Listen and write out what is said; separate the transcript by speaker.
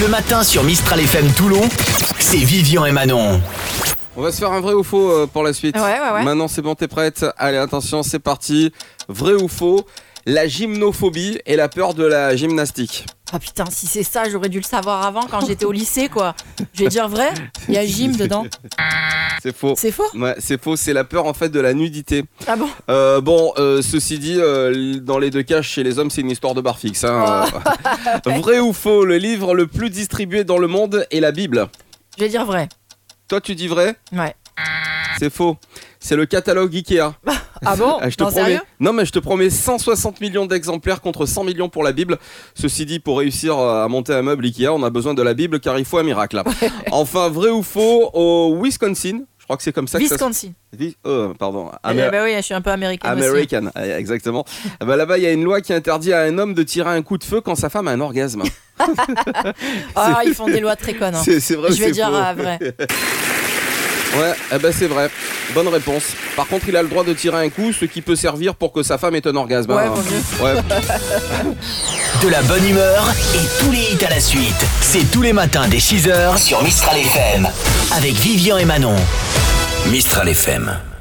Speaker 1: Le matin sur Mistral FM Toulon, c'est Vivian et Manon.
Speaker 2: On va se faire un vrai ou faux euh, pour la suite.
Speaker 3: Ouais, ouais, ouais.
Speaker 2: Maintenant, c'est bon, t'es prête Allez, attention, c'est parti. Vrai ou faux La gymnophobie est la peur de la gymnastique.
Speaker 3: Ah putain, si c'est ça, j'aurais dû le savoir avant quand j'étais au lycée, quoi. Je vais dire vrai, il y a gym dedans.
Speaker 2: C'est faux.
Speaker 3: C'est faux
Speaker 2: Ouais, c'est faux, c'est la peur en fait de la nudité.
Speaker 3: Ah bon
Speaker 2: Euh, bon, euh, ceci dit, euh, dans les deux cas, chez les hommes, c'est une histoire de barre fixe. hein. vrai ou faux Le livre le plus distribué dans le monde est la Bible.
Speaker 3: Je vais dire vrai.
Speaker 2: Toi, tu dis vrai
Speaker 3: Ouais.
Speaker 2: C'est faux. C'est le catalogue Ikea.
Speaker 3: Ah bon
Speaker 2: Ah, je te
Speaker 3: Non,
Speaker 2: promets.
Speaker 3: sérieux
Speaker 2: Non, mais je te promets 160 millions d'exemplaires contre 100 millions pour la Bible. Ceci dit, pour réussir euh, à monter un meuble Ikea, on a besoin de la Bible car il faut un miracle. enfin, vrai ou faux, au Wisconsin, je crois que c'est comme ça que ça
Speaker 3: Wisconsin.
Speaker 2: se dit. Oh, pardon.
Speaker 3: Ah
Speaker 2: Amer-
Speaker 3: bah oui, je suis un peu américaine aussi.
Speaker 2: American, Ah, exactement. Ah bah Là-bas, il y a une loi qui interdit à un homme de tirer un coup de feu quand sa femme a un orgasme.
Speaker 3: Ah, ils font des lois très connes. hein.
Speaker 2: C'est c'est vrai ou
Speaker 3: Je vais
Speaker 2: c'est
Speaker 3: dire
Speaker 2: faux
Speaker 3: euh, vrai.
Speaker 2: Ouais, eh ben c'est vrai. Bonne réponse. Par contre, il a le droit de tirer un coup, ce qui peut servir pour que sa femme ait un orgasme.
Speaker 3: Ouais,
Speaker 2: hein.
Speaker 3: vaut
Speaker 2: Ouais.
Speaker 1: De la bonne humeur et tous les hits à la suite. C'est tous les matins dès 6h sur Mistral FM. Avec Vivian et Manon. Mistral FM.